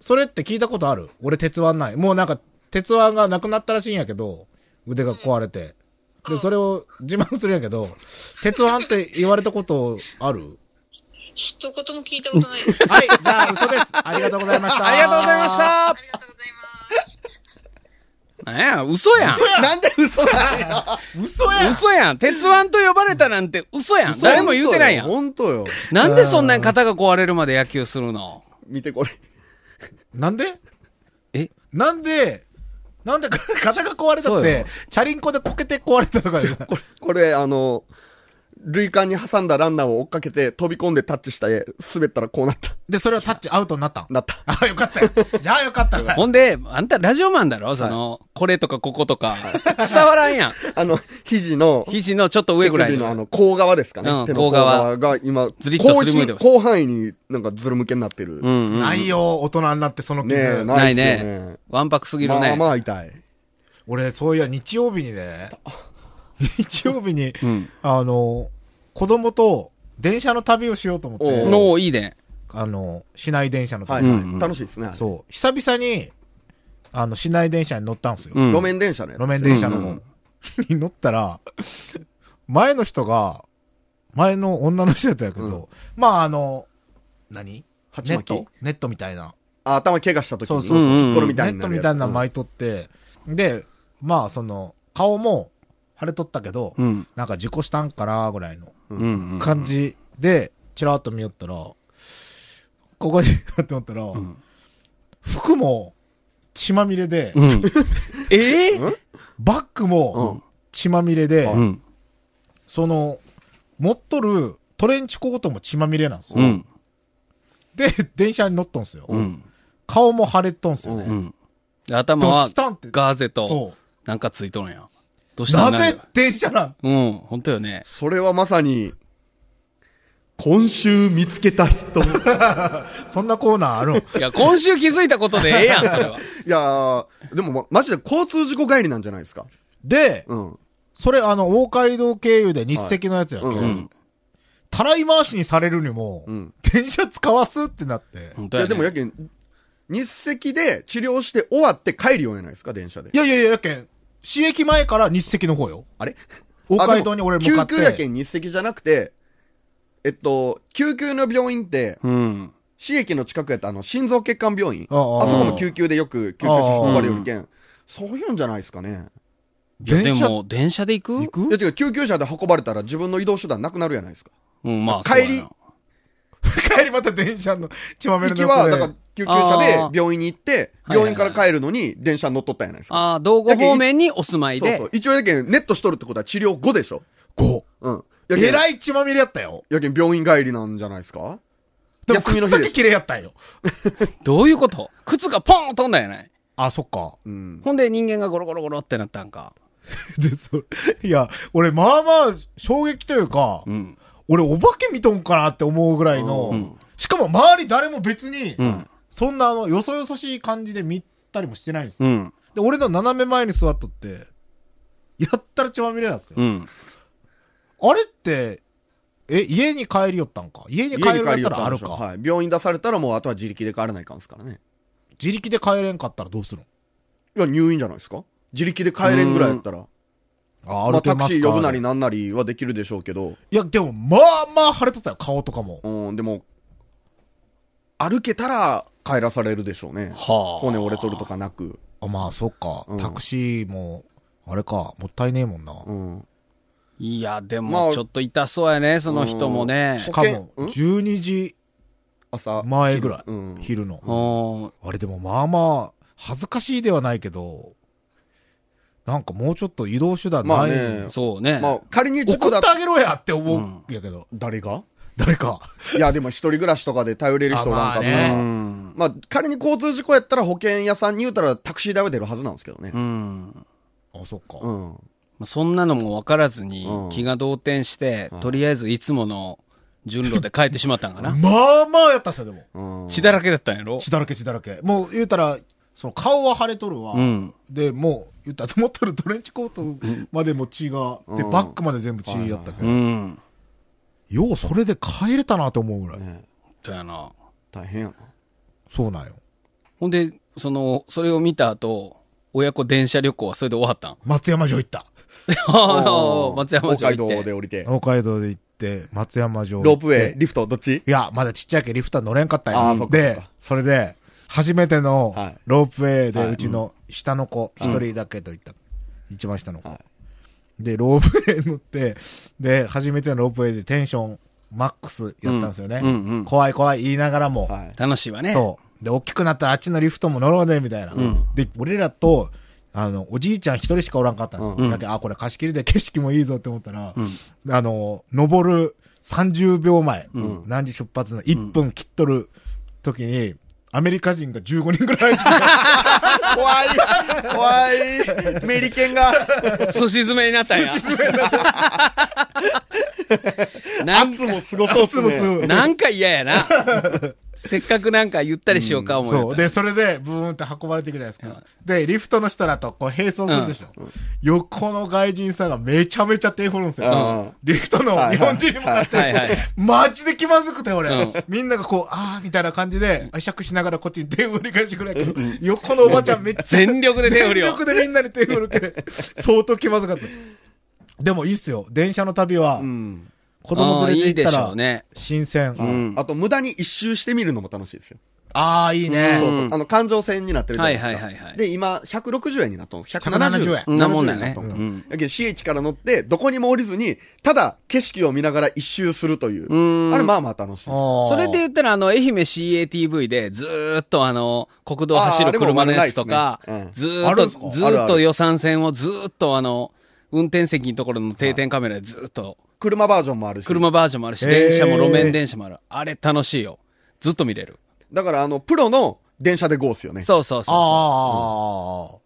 Speaker 2: それって聞いたことある俺鉄腕ない。もうなんか、鉄腕がなくなったらしいんやけど、腕が壊れて。で、それを自慢するんやけど、鉄腕って言われたことある
Speaker 5: 一言も聞いたことないです。
Speaker 2: はい、 じゃあ、嘘です。ありがとうございました。
Speaker 3: ありがとうございまし。
Speaker 5: あ
Speaker 3: た
Speaker 5: りがとうございます。
Speaker 3: なんや、嘘やん。
Speaker 4: なんで嘘だよ。
Speaker 2: 嘘やん
Speaker 3: 嘘やん。鉄腕と呼ばれたなんて嘘やん。誰も言うてないやん。
Speaker 4: 本当よ。
Speaker 3: なんでそんなに肩が壊れるまで野球するの
Speaker 4: 見てこれ。
Speaker 2: なんで
Speaker 3: え
Speaker 2: なんで、なんで 肩が壊れたっ
Speaker 3: そうよ
Speaker 2: て、チャリンコでこけて壊れたとかじゃない
Speaker 4: これ、あの、塁間に挟んだランナーを追っかけて飛び込んでタッチした絵、滑ったらこうなった。
Speaker 2: で、それはタッチアウトになったん
Speaker 4: なった。
Speaker 2: あ、よかったよ。じゃあよかったわ。
Speaker 3: ほんで、あんたラジオマンだろその、これとかこことか。伝わらんやん。
Speaker 4: あの、肘の、
Speaker 3: 肘のちょっと上ぐらい
Speaker 4: 手首
Speaker 3: の
Speaker 4: のあ。の、甲側ですかね。
Speaker 3: うん
Speaker 4: 手の
Speaker 3: 甲
Speaker 4: 甲側が今、
Speaker 3: ずりっとすりむいてます
Speaker 4: 広範囲になんかずる向けになってる。
Speaker 3: うんうん。
Speaker 2: ないよ、大人になってその傷。
Speaker 4: ねえ、
Speaker 3: な
Speaker 4: ないいですよ
Speaker 3: ね
Speaker 4: ね。。
Speaker 3: わんぱくすぎる
Speaker 4: まあ
Speaker 3: ね。
Speaker 4: まあ痛い。
Speaker 2: 俺、そういや、日曜日にね、日曜日に、
Speaker 3: うん。
Speaker 2: あの、子供と電車の旅をしようと思っ
Speaker 4: おう
Speaker 2: て、
Speaker 3: のいいね。
Speaker 2: あの、市内電車の
Speaker 4: は
Speaker 2: 旅。
Speaker 4: い
Speaker 3: うんうん
Speaker 4: はい。楽しいですね。
Speaker 2: そう、久々に、あの、市内電車に乗ったんですよ。
Speaker 3: うん。
Speaker 4: 路面電車のやつ
Speaker 2: 路面電車の
Speaker 4: うんう
Speaker 2: 方
Speaker 4: ん
Speaker 2: に乗ったら、前の人が、前の女の人だったんやけど、まああの、何
Speaker 4: 鉢
Speaker 2: ネッ
Speaker 4: 巻き
Speaker 2: トネットみたいな。
Speaker 4: あ頭怪我した時に。
Speaker 2: そうそうそう
Speaker 3: うんうんうん
Speaker 4: ピッコロみた
Speaker 2: ネ
Speaker 4: い
Speaker 2: ッ
Speaker 4: な
Speaker 2: ト
Speaker 4: のやつ。
Speaker 2: みたいなの巻いとって、で、まあその、顔も腫れとったけど、
Speaker 3: うん。
Speaker 2: なんか事故したんかなぐらいの
Speaker 3: うんうん。
Speaker 2: 感じで、チラッと見よったら、ここにって思ったら、
Speaker 3: ん
Speaker 2: 服も血まみれで、
Speaker 3: うん。えぇ
Speaker 2: バッグも血まみれで、
Speaker 3: うん。
Speaker 2: その、持っとるトレンチコートも血まみれなんですよ。
Speaker 3: うん。
Speaker 2: で、電車に乗っとんすよ。
Speaker 3: うん。
Speaker 2: 顔も腫れとんすよね。
Speaker 3: うん。で頭
Speaker 2: どう
Speaker 3: は
Speaker 2: したんって。
Speaker 3: ガーゼと、
Speaker 2: そ
Speaker 3: なんかついとるんや。どうし
Speaker 2: う。
Speaker 3: た
Speaker 2: なんぜ電車なん
Speaker 3: うん。ほんとよね。
Speaker 4: それはまさに、今週見つけ た人。い
Speaker 2: そんなコーナー あるん
Speaker 3: いや、今週気づいたことでええやん、それは。
Speaker 4: やー、でもま、マジで交通事故帰りなんじゃないですか。
Speaker 2: で、
Speaker 4: うん。
Speaker 2: それあの、大街道経由で日赤のやつやけ、
Speaker 4: うんう。
Speaker 3: うんん。
Speaker 2: たらい回しにされるにも、
Speaker 4: うん。
Speaker 2: 電車使わすってなって。
Speaker 3: ほん
Speaker 4: い
Speaker 3: とや
Speaker 4: や、
Speaker 3: ね。
Speaker 4: でもやけん、日赤で治療して終わって帰るようじゃないですか、電車で
Speaker 2: い。やいやいや、やけん、市駅前から日赤の方よ。
Speaker 4: あれ
Speaker 2: 大街道に俺向かっ
Speaker 4: あでも救急やけ
Speaker 2: て。
Speaker 4: ん日赤じゃなくて、えっと、救急の病院って、
Speaker 3: うん。
Speaker 4: 市駅の近くやったあの、心臓血管病院。
Speaker 2: ああああ
Speaker 4: あそこも救急でよく救急車運ばれるけん。そういうんじゃないですかね。
Speaker 3: いや、で
Speaker 2: 電車
Speaker 3: も、電車で行
Speaker 2: 行
Speaker 3: く
Speaker 2: く
Speaker 4: いや、違う、救急車で運ばれたら自分の移動手段なくなるじゃないですか。
Speaker 3: うん、まあ、
Speaker 4: 帰り
Speaker 3: そうやな
Speaker 2: 帰りまた電車の血まみれの
Speaker 4: 行き
Speaker 2: 横で
Speaker 4: は、だから、救急車
Speaker 3: あー
Speaker 4: で病院に行って、
Speaker 3: はいはいは
Speaker 4: 病
Speaker 3: い
Speaker 4: 院から帰るのに電車に乗っとったじゃないですか。
Speaker 3: ああ、道後方面にお住まい
Speaker 4: そう
Speaker 3: で
Speaker 4: そう。。一応やけん、ネットしとるってことは治療後でしょ。
Speaker 2: こ
Speaker 4: うん。
Speaker 2: う
Speaker 4: やけん
Speaker 2: えらい血まみれやったよ。
Speaker 4: やけん病院帰りなんじゃないですか
Speaker 2: でも
Speaker 4: 休
Speaker 2: 靴
Speaker 4: みの日
Speaker 2: だ
Speaker 4: で
Speaker 2: け綺麗やったんよ。
Speaker 3: どういうこと靴がポーン飛んだんやない
Speaker 2: あ、そっか。
Speaker 4: うん。
Speaker 3: ほんで人間がゴロゴロゴロってなったんか。
Speaker 2: で、そいや、俺、まあまあ、衝撃というか、
Speaker 3: うん。
Speaker 2: 俺、お化け見とんかなって思うぐらいの、
Speaker 3: うん
Speaker 2: しかも周り誰も別に、
Speaker 3: うん。
Speaker 2: そんな、あの、よそよそしい感じで見たりもしてないんですよ。
Speaker 3: うん。
Speaker 2: で、俺の斜め前に座っとって、やったら血まみれなんですよ。
Speaker 3: うん。
Speaker 2: あれって、え、家に帰りよったんか。家に帰るんだったらあるか。
Speaker 4: はい。病院出されたらもうあとは自力で帰らないかんすからね。
Speaker 2: 自力で帰れんかったらどうするの
Speaker 4: いや、入院じゃないですか自力で帰れんぐらいやったら。
Speaker 2: あ
Speaker 4: まあ、タクシー呼ぶなり
Speaker 2: い
Speaker 4: なんなりはできるでしょうけど、
Speaker 2: や、でも、まあまあ腫れとったよ、顔とかも。
Speaker 4: うん、でも、歩けたら帰らされるでしょうね。
Speaker 3: はあ
Speaker 4: 骨折れとるとかなく。
Speaker 2: あまあ、そっか
Speaker 4: う。ん
Speaker 2: タクシーも、あれか、もったいねえもんな。
Speaker 4: うん。
Speaker 3: いや、で
Speaker 4: ま
Speaker 3: も、
Speaker 4: あ
Speaker 3: ちょっと痛そうやね、その人もね。
Speaker 2: しかも、
Speaker 4: 保
Speaker 2: 12時
Speaker 4: 朝。
Speaker 2: 前ぐらい、
Speaker 4: 昼うん。
Speaker 2: 昼の。
Speaker 3: うん
Speaker 2: あれでもまあまあ、恥ずかしいではないけど、なんかもうちょっと移動手段
Speaker 4: ま
Speaker 2: な
Speaker 4: あ
Speaker 2: い。
Speaker 4: ね、
Speaker 3: そうね。
Speaker 4: まあ、仮に事故
Speaker 2: 送
Speaker 4: だ
Speaker 2: ってあげろやって思うやけど、
Speaker 4: 誰が
Speaker 2: 誰か。
Speaker 4: いや、でも一人暮らしとかで頼れる人なんか
Speaker 2: あまあ
Speaker 4: ね
Speaker 2: ね。
Speaker 3: うん。
Speaker 4: まあ、仮に交通事故やったら保険屋さんに言うたらタクシー代は出るはずなんですけどね
Speaker 3: う。ん。
Speaker 2: あ、そっか。
Speaker 4: うん。
Speaker 3: まあそんなのも分からずに
Speaker 4: うん
Speaker 3: 気が動転して、とりあえずいつもの順路で帰ってしまったんかな。
Speaker 2: まあまあやったっすよ、でも。
Speaker 4: うん。
Speaker 3: 血だらけだったんやろ
Speaker 2: 血だらけ血だらけ。もう言うたら、その顔は腫れとるわ。
Speaker 3: うん。
Speaker 2: で、もう、言ったら、持っとるトレンチコートまでも血が、で、
Speaker 4: うん
Speaker 2: バッグまで全部血やったけど、
Speaker 3: うん。
Speaker 2: ようそれで帰れたなと思うぐらい。
Speaker 4: ね
Speaker 3: だよな。
Speaker 4: 大変やな。
Speaker 2: そうなんよ。
Speaker 3: ほんで、その、それを見た後、親子電車旅行はそれで終わったん
Speaker 2: 松山城行った。
Speaker 4: うん
Speaker 3: 松山城行
Speaker 4: 北海
Speaker 3: っ
Speaker 4: 道で
Speaker 3: て。
Speaker 4: 降りて。
Speaker 2: 北海道で行って、松山城行って。
Speaker 4: ロープウェイ、リフト、どっち
Speaker 2: いや、まだちっちゃいけどリフトは乗れんかった
Speaker 4: あ
Speaker 2: ん
Speaker 4: ーそ
Speaker 2: よ。
Speaker 4: っかそっ
Speaker 2: で
Speaker 4: か、
Speaker 2: それで、初めての
Speaker 4: はい
Speaker 2: ロープウェイで、
Speaker 4: はいう
Speaker 2: ちの下の子、一人だけと言った。一番下の子
Speaker 4: はい。
Speaker 2: で、ロープウェイ乗って、で、初めてのロープウェイでテンションマックスやったんですよね
Speaker 3: うんうんう。ん
Speaker 2: 怖い怖い言いながらも。
Speaker 4: はい。
Speaker 3: 楽しいわね。
Speaker 2: そう。で、大きくなったらあっちのリフトも乗ろうね、みたいな。で、俺らと、あの、おじいちゃん一人しかおらんかったんですよ。
Speaker 4: うん
Speaker 2: だけど、あ、これ貸し切りで 景色もいいぞって思ったら、あの、登る30秒前、何時出発の1分切っとる時に、アメリカ人が15人ぐらい来て、
Speaker 4: 怖い怖いメリケ ンが
Speaker 3: すし詰めになったんや。なん
Speaker 4: 圧もすごそうっす
Speaker 2: つぶす
Speaker 4: ね。
Speaker 3: なんか嫌やな。せっかくなんかゆったりしようか思
Speaker 2: そう。
Speaker 3: うよ。
Speaker 2: で、それで、ブーンって運ばれていくじゃないですか。で、リフトの人らと、こう、並走するでしょ。横の外人さんがめちゃめちゃ手振るんですよ。
Speaker 4: うん
Speaker 2: リフトの日本人に向かって、
Speaker 3: はいはいはい
Speaker 2: マジで気まずくて、俺。
Speaker 3: うん
Speaker 2: みんながこう、あーみたいな感じで、会釈しながらこっちに手振り返してくれるけど、横のおばちゃんめっちゃ
Speaker 3: 全力で手振りを
Speaker 2: 全。力でみんなに手振るけど、相当気まずかった。でもいいっすよ。電車の旅は
Speaker 4: う、ん。
Speaker 2: 子供連れて行った
Speaker 3: あーいいでしょう
Speaker 2: ら
Speaker 3: ね、
Speaker 2: 新鮮。
Speaker 3: うん
Speaker 4: あと、無駄に一周してみるのも楽しいですよ。
Speaker 2: あーいいね。
Speaker 4: そう
Speaker 3: う。
Speaker 4: そうんあの、環状線になってるじゃないですか。
Speaker 3: はいはいはいはい
Speaker 4: で、今、160円になったの。
Speaker 2: 170
Speaker 4: 170
Speaker 2: 円
Speaker 4: 円。
Speaker 3: そんなもんだよね
Speaker 4: 70円になった
Speaker 3: う
Speaker 4: の
Speaker 3: ん
Speaker 4: だけど、市駅から乗って、どこにも降りずに、ただ、景色を見ながら一周するという
Speaker 3: ーん
Speaker 4: う。あれ、まあまあ楽しい。
Speaker 2: あー
Speaker 3: それで言ったら、あの、愛媛 CATV で、ずーっとあの、国道走
Speaker 4: あーあ
Speaker 3: る
Speaker 4: れも
Speaker 3: 車のやつとか
Speaker 4: 悪くないっ、す
Speaker 3: ずーっと、
Speaker 2: あるんすか
Speaker 3: ずーっと予算線をずーっとあの、運転席のところの定点カメラでずーっと、
Speaker 4: 車バージョンもあるし。
Speaker 3: 車バージョンもあるし、
Speaker 2: へー
Speaker 3: 電車も路面電車もある。あれ楽しいよ。ずっと見れる。
Speaker 4: だから、あの、プロの電車でゴーっすよね。
Speaker 3: そうそうそうそ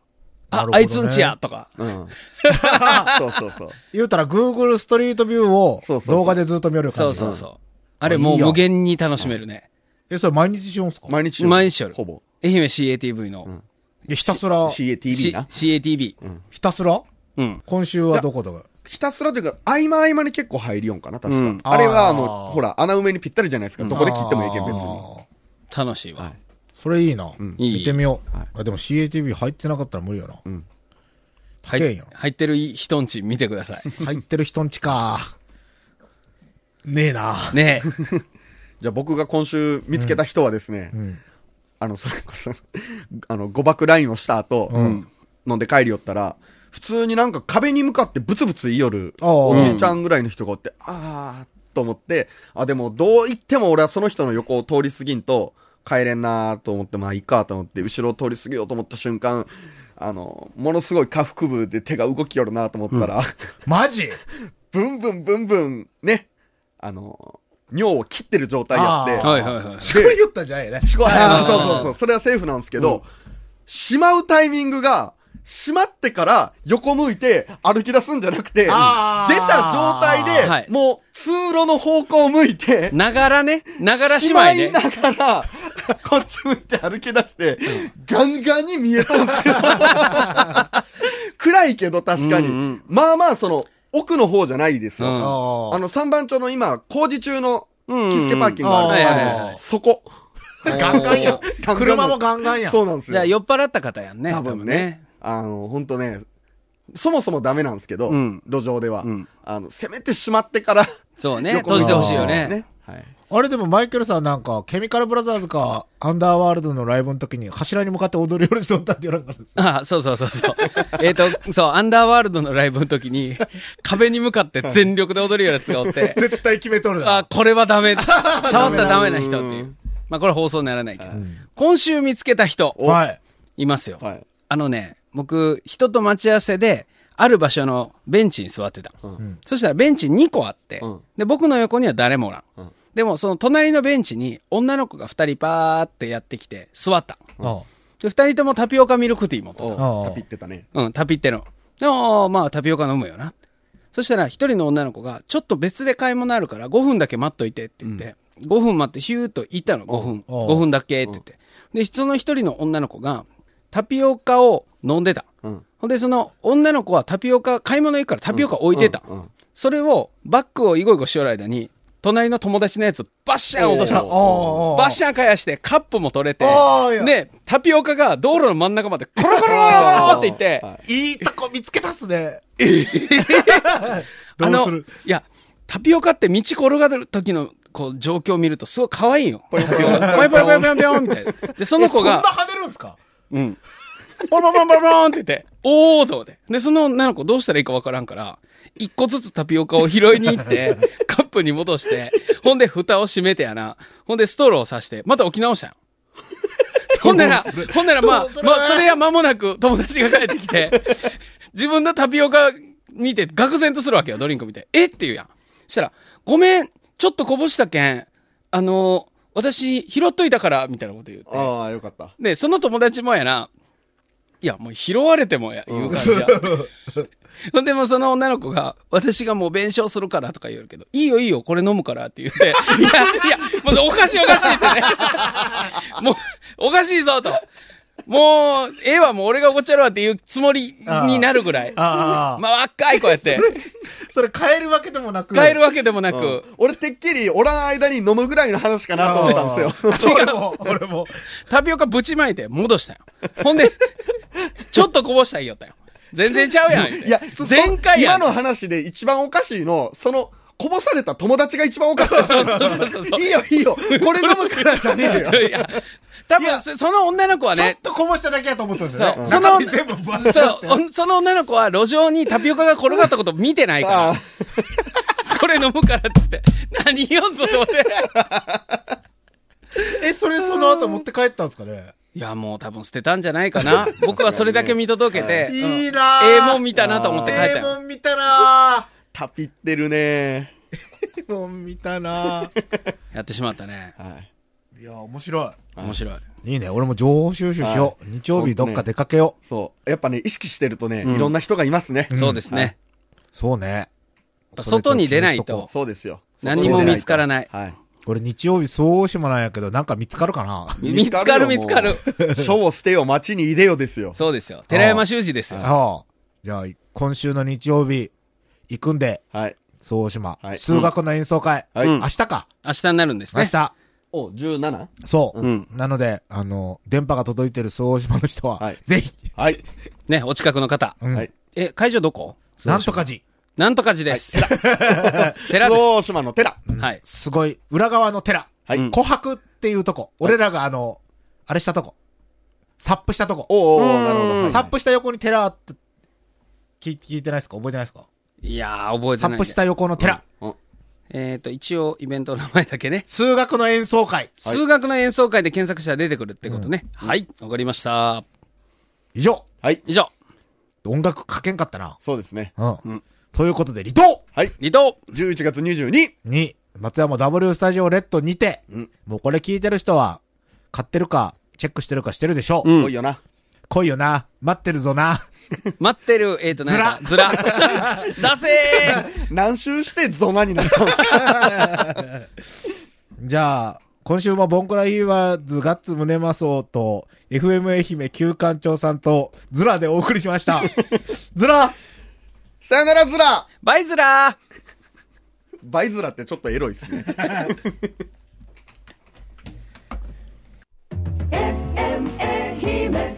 Speaker 2: あー
Speaker 3: う。
Speaker 2: なる
Speaker 3: あ
Speaker 2: ほど、ね
Speaker 3: あいつんちやとか。
Speaker 4: うん。 そうそうそう。
Speaker 2: 言うたら Google ストリートビューを
Speaker 4: そうそうそう
Speaker 2: 動画でずっと見よる感
Speaker 3: そ
Speaker 2: じ
Speaker 3: うそうそう。あ
Speaker 2: あ
Speaker 3: れ
Speaker 2: いい
Speaker 3: もう
Speaker 2: やん
Speaker 3: 無限に楽しめるね。
Speaker 2: え、それ毎日しようんすか
Speaker 4: 毎日よ
Speaker 3: 毎日よる。
Speaker 4: ほぼ。
Speaker 3: 愛媛 CATV の。
Speaker 2: いやひたすら、
Speaker 4: CATV
Speaker 3: C-
Speaker 4: な。
Speaker 3: CATV。
Speaker 2: ひたすら
Speaker 3: うん。
Speaker 2: 今週はどこだか。
Speaker 4: ひたすらというか、合間合間に結構入りよんかな、確か。
Speaker 3: うん
Speaker 4: あれは、
Speaker 2: あ
Speaker 4: あ
Speaker 2: ー
Speaker 4: の、ほら、穴埋めにぴったりじゃないですか。どこで切ってもいいけん、別に。
Speaker 2: に。
Speaker 3: 楽しいわ。
Speaker 2: それいいな。
Speaker 3: いい
Speaker 2: 見てみよう
Speaker 4: はい。
Speaker 2: あ、でも CATV 入ってなかったら無理よな。
Speaker 3: 入
Speaker 2: 高いんやろ
Speaker 3: 入ってる人んち見てください。
Speaker 2: 入ってる人んちか。ねえ な。
Speaker 3: ねえ。
Speaker 4: じゃあ僕が今週見つけた人はですね、あの、それこそ、 あの、誤爆ラインをした後、飲んで帰りよったら、普通になんか壁に向かってブツブツ言いよる、
Speaker 2: あー
Speaker 4: おじいちゃんぐらいの人がおって、あーと思って、あ、でもどう言っても俺はその人の横を通り過ぎんと、帰れんなーと思って、まあいいかと思って、後ろを通り過ぎようと思った瞬間、あの、ものすごい下腹部で手が動きよるなと思ったら、
Speaker 2: マジ
Speaker 4: ブンブンブンブン、ね、あの、尿を切ってる状態やって、
Speaker 2: あー
Speaker 3: はいはいはい。
Speaker 2: しこり言ったんじゃないね。
Speaker 4: しこ
Speaker 3: あー
Speaker 4: そうそうそう。それはセーフなんですけど、しまうタイミングが、しまってから横向いて歩き出すんじゃなくて、出
Speaker 2: あ
Speaker 4: た
Speaker 2: ー
Speaker 4: 状態で、
Speaker 3: はい
Speaker 4: もう通路の方向を向いて、
Speaker 3: ながらね。ながら姉
Speaker 4: し
Speaker 3: 妹
Speaker 4: まい
Speaker 3: ね
Speaker 4: な。がら、 こっち向いて歩き出して、ガンガ ンに見えとんすよ。暗いけど確かに。
Speaker 3: うんうん
Speaker 4: まあまあその、奥の方じゃないです
Speaker 3: うん
Speaker 4: よ。
Speaker 2: あ
Speaker 4: あの、三番町の今、工事中の、
Speaker 3: うん
Speaker 4: キスケパーキングがある
Speaker 3: うん
Speaker 4: じゃ
Speaker 3: はい
Speaker 4: な
Speaker 3: はいいは
Speaker 4: です
Speaker 3: い
Speaker 4: か。そこ。
Speaker 2: ガンガンやん。
Speaker 4: ガンガン
Speaker 2: 車もガンガンやん。
Speaker 4: そうなんです
Speaker 3: じゃ
Speaker 4: よ
Speaker 3: あ。酔っ払った方やんね。
Speaker 4: 多分ね。。あの、本当ね、そもそもダメなんですけど、
Speaker 3: うん
Speaker 4: 路上では、
Speaker 3: うん
Speaker 4: あの、せめてしまってから、
Speaker 3: そうね。
Speaker 4: 横
Speaker 3: 閉
Speaker 4: に
Speaker 3: じてほしいよね。。
Speaker 4: はい。
Speaker 2: あれでもマイケルさんなんか、ケミカルブラザーズか、アンダーワールドのライブの時に柱に向かって踊り下ろしとったって言わなかったです。
Speaker 3: ああそうそうそうそう。えっと、そう、アンダーワールドのライブの時に、壁に向かって全力で踊るようなやつがおって、
Speaker 2: 絶対決めとるな。
Speaker 3: あ、これはダメ。触ったらダメな人っていう。まあこれ放送にならないけど。今週見つけた人、
Speaker 2: はい。
Speaker 3: いますよ。
Speaker 4: はい。
Speaker 3: あのね、僕、人と待ち合わせで、ある場所のベンチに座ってた。
Speaker 4: ん
Speaker 3: そしたらベンチ2個あって、
Speaker 4: うん
Speaker 3: で、僕の横には誰もおらん。でも、その隣のベンチに女の子が2人パーってやってきて、座った。
Speaker 2: あ
Speaker 3: で、2人ともタピオカミルクティー持って
Speaker 4: お
Speaker 3: た。
Speaker 2: ああ
Speaker 4: タピってたね。
Speaker 3: うん、タピっての。でも、まあ、タピオカ飲むよなって。そしたら、1人の女の子が、ちょっと別で買い物あるから5分だけ待っといてって言って、5分待ってヒューッと行ったの、5分。
Speaker 2: おう
Speaker 3: 5分だけって言って。で、その1人の女の子が、タピオカを飲んでた。
Speaker 4: うん。
Speaker 3: ほんで、その女の子はタピオカ、買い物行くからタピオカ置いてた。
Speaker 4: うんうん
Speaker 3: それを、バッグをイゴイゴしよる間に、隣の友達のやつ、バッシャン落とした
Speaker 2: あ。あ
Speaker 3: バッシャン返して、カップも取れて
Speaker 2: おーい、や
Speaker 3: ね、タピオカが道路の真ん中まで、コロコロコロコロっていって、
Speaker 4: はい
Speaker 2: いいとこ見つけたっすね。
Speaker 3: あ
Speaker 2: どう
Speaker 3: の
Speaker 2: する、
Speaker 3: いや、タピオカって道転がる時の、こう、状況を見ると、すごい可愛いよ。タピオカぽよぽよぽよぽよぽよみたいな。で、その子
Speaker 2: え
Speaker 3: が
Speaker 2: そ、んな跳ねるんすか
Speaker 3: うん。ポロポロポロポロンって言って、おーと思って。で、その女の子どうしたらいいかわからんから、一個ずつタピオカを拾いに行って、カップに戻して、ほんで蓋を閉めてやな。ほんでストローを刺して、また置き直したよ。ほんなら、ほんならまあ
Speaker 2: どうす、る
Speaker 3: まあ、それや間もなく友達が帰ってきて、自分のタピオカ見て、愕然とするわけよ、ドリンク見て。えって言うやん。したら、ごめん、ちょっとこぼしたけん、あの私、拾っといたから、みたいなこと言って。
Speaker 4: ああ、よかった。
Speaker 3: で、その友達もやな、いや、もう拾われてもや、いう感じ や。ほんでもその女の子が、私がもう弁償するからとか言うけど、いいよいいよ、これ飲むからって 言って、いや、いや、もうおかしいおかしいってね。もう、おかしいぞと。もう、ええわ、もう俺がおごっちゃるわっていうつもりになるぐらい。
Speaker 2: ああ、
Speaker 3: まあ若い子やって、
Speaker 2: それ変えるわけでもなく。
Speaker 3: 帰るわけでもな
Speaker 4: うん
Speaker 3: く、
Speaker 4: 俺てっきり、おらん間に飲むぐらいの話かなと思ったんですよ。
Speaker 2: すよ。俺も、俺も。
Speaker 3: タピオカぶちまいて戻したよ。ほんで、ちょっとこぼしたらいいよったよ。全然ちゃうやん言うて。
Speaker 4: いや、そ
Speaker 3: 前回やん
Speaker 4: 今の話で一番おかしいの、その、こぼされた友達が一番おかし い。
Speaker 3: そうそうそうそう
Speaker 4: いいよ、いいよ。これ飲むからじゃねえよ。
Speaker 3: いや、多分そその女の子は
Speaker 2: ちょっ
Speaker 3: ね、
Speaker 2: とこぼしただけやと思ってるんですよ
Speaker 3: そ
Speaker 2: ね。
Speaker 3: うその
Speaker 2: 中身全部バー
Speaker 3: そうおんその女の子は路上にタピオカが転がったこと見てないか
Speaker 4: あ
Speaker 3: ら、これ飲むからっつって、何よんぞと思って。
Speaker 2: え、それその後持って帰ったんですかね
Speaker 3: いや、もう多分捨てたんじゃないかな。僕はそれだけ見届けて、うん
Speaker 2: いいなー
Speaker 3: ええもん見たなと思って帰った
Speaker 2: ええ
Speaker 3: よ。
Speaker 2: もん見たな
Speaker 4: ータピってるね
Speaker 2: ーええもん見たなー
Speaker 3: やってしまったね。
Speaker 4: はい。
Speaker 2: いや、面白
Speaker 3: 面白い。
Speaker 2: い。いいね。俺も情報収集しよう。日曜日どっか出かけよ
Speaker 4: そう。やっぱね、意識してるとね、
Speaker 3: うん
Speaker 4: いろんな人がいますね。
Speaker 3: そうですね。
Speaker 2: う。そうね。
Speaker 3: ぱ外に出ないと
Speaker 2: それちょっ気にしこ
Speaker 4: そうですよ。
Speaker 3: 何も見つからない
Speaker 4: はい。
Speaker 2: う俺日曜日そうしもなんやけど、なんか見つかるかな
Speaker 3: 見つかる見つかる。
Speaker 4: 書を捨てよ、街にいでよですよ。
Speaker 3: そうですよ。寺山修司ですよ。
Speaker 2: ああ。じゃあ、今週の日曜日、行くんで、
Speaker 4: はい。
Speaker 2: そうしま
Speaker 4: は。い
Speaker 2: 数学の演奏会。
Speaker 4: はい。
Speaker 3: うん
Speaker 2: 明日か。
Speaker 3: 明日になるんです
Speaker 2: 明
Speaker 3: ね。
Speaker 2: 日。
Speaker 4: お、17?
Speaker 2: そう。
Speaker 3: うん
Speaker 2: なので、あの、電波が届いてる総大島の人は、
Speaker 4: はい
Speaker 2: ぜひ、
Speaker 4: はい。
Speaker 3: ね、お近くの方。
Speaker 2: うん
Speaker 4: はい。
Speaker 3: え、会場どこ
Speaker 2: なんとか寺、
Speaker 3: なんとか寺です。寺 で
Speaker 4: 大島の寺。
Speaker 3: す。はい。
Speaker 2: すごい、裏側の寺、
Speaker 4: はい
Speaker 3: うん
Speaker 2: 琥珀っていうとこ、俺らがあの、あれしたとこ、サップしたとこ、
Speaker 4: おうおうおう
Speaker 3: うん
Speaker 4: なるほど。
Speaker 2: サップした横に寺あって、聞聞いてないですか覚えてないですか
Speaker 3: いやー、覚えて
Speaker 2: サ
Speaker 3: ないね。
Speaker 2: ップした横の寺、
Speaker 4: うん
Speaker 3: えっ、と、一応、イベントの名前だけね。
Speaker 2: 数学の演奏会、
Speaker 3: 数学の演奏会で検索したら出てくるってことね。はい、わかりました。
Speaker 2: 以上、
Speaker 4: はい。
Speaker 3: 以上、
Speaker 2: 音楽かけんかったな。
Speaker 4: そうですね。
Speaker 2: うん。ということで、離島
Speaker 4: はい。
Speaker 3: 離島
Speaker 4: 11月22。
Speaker 2: に、松山 W スタジオレッドにて、
Speaker 4: うん
Speaker 2: もうこれ聞いてる人は、買ってるか、チェックしてるかしてるでしょう。
Speaker 3: うん
Speaker 4: 多いよな。
Speaker 2: 来いよな。待ってるぞな。
Speaker 3: 待ってる、えっ、と、なんか、ずら。 だせー
Speaker 4: 何周してゾマになったんですか
Speaker 2: じゃあ、今週もボンクラヒーワーズガッツムネマソウと、FM 愛媛旧館長さんと、ズラでお送りしました。ズラ
Speaker 4: さよならズラ
Speaker 3: バイズラー
Speaker 4: バイズラってちょっとエロいですね。
Speaker 1: FM 愛媛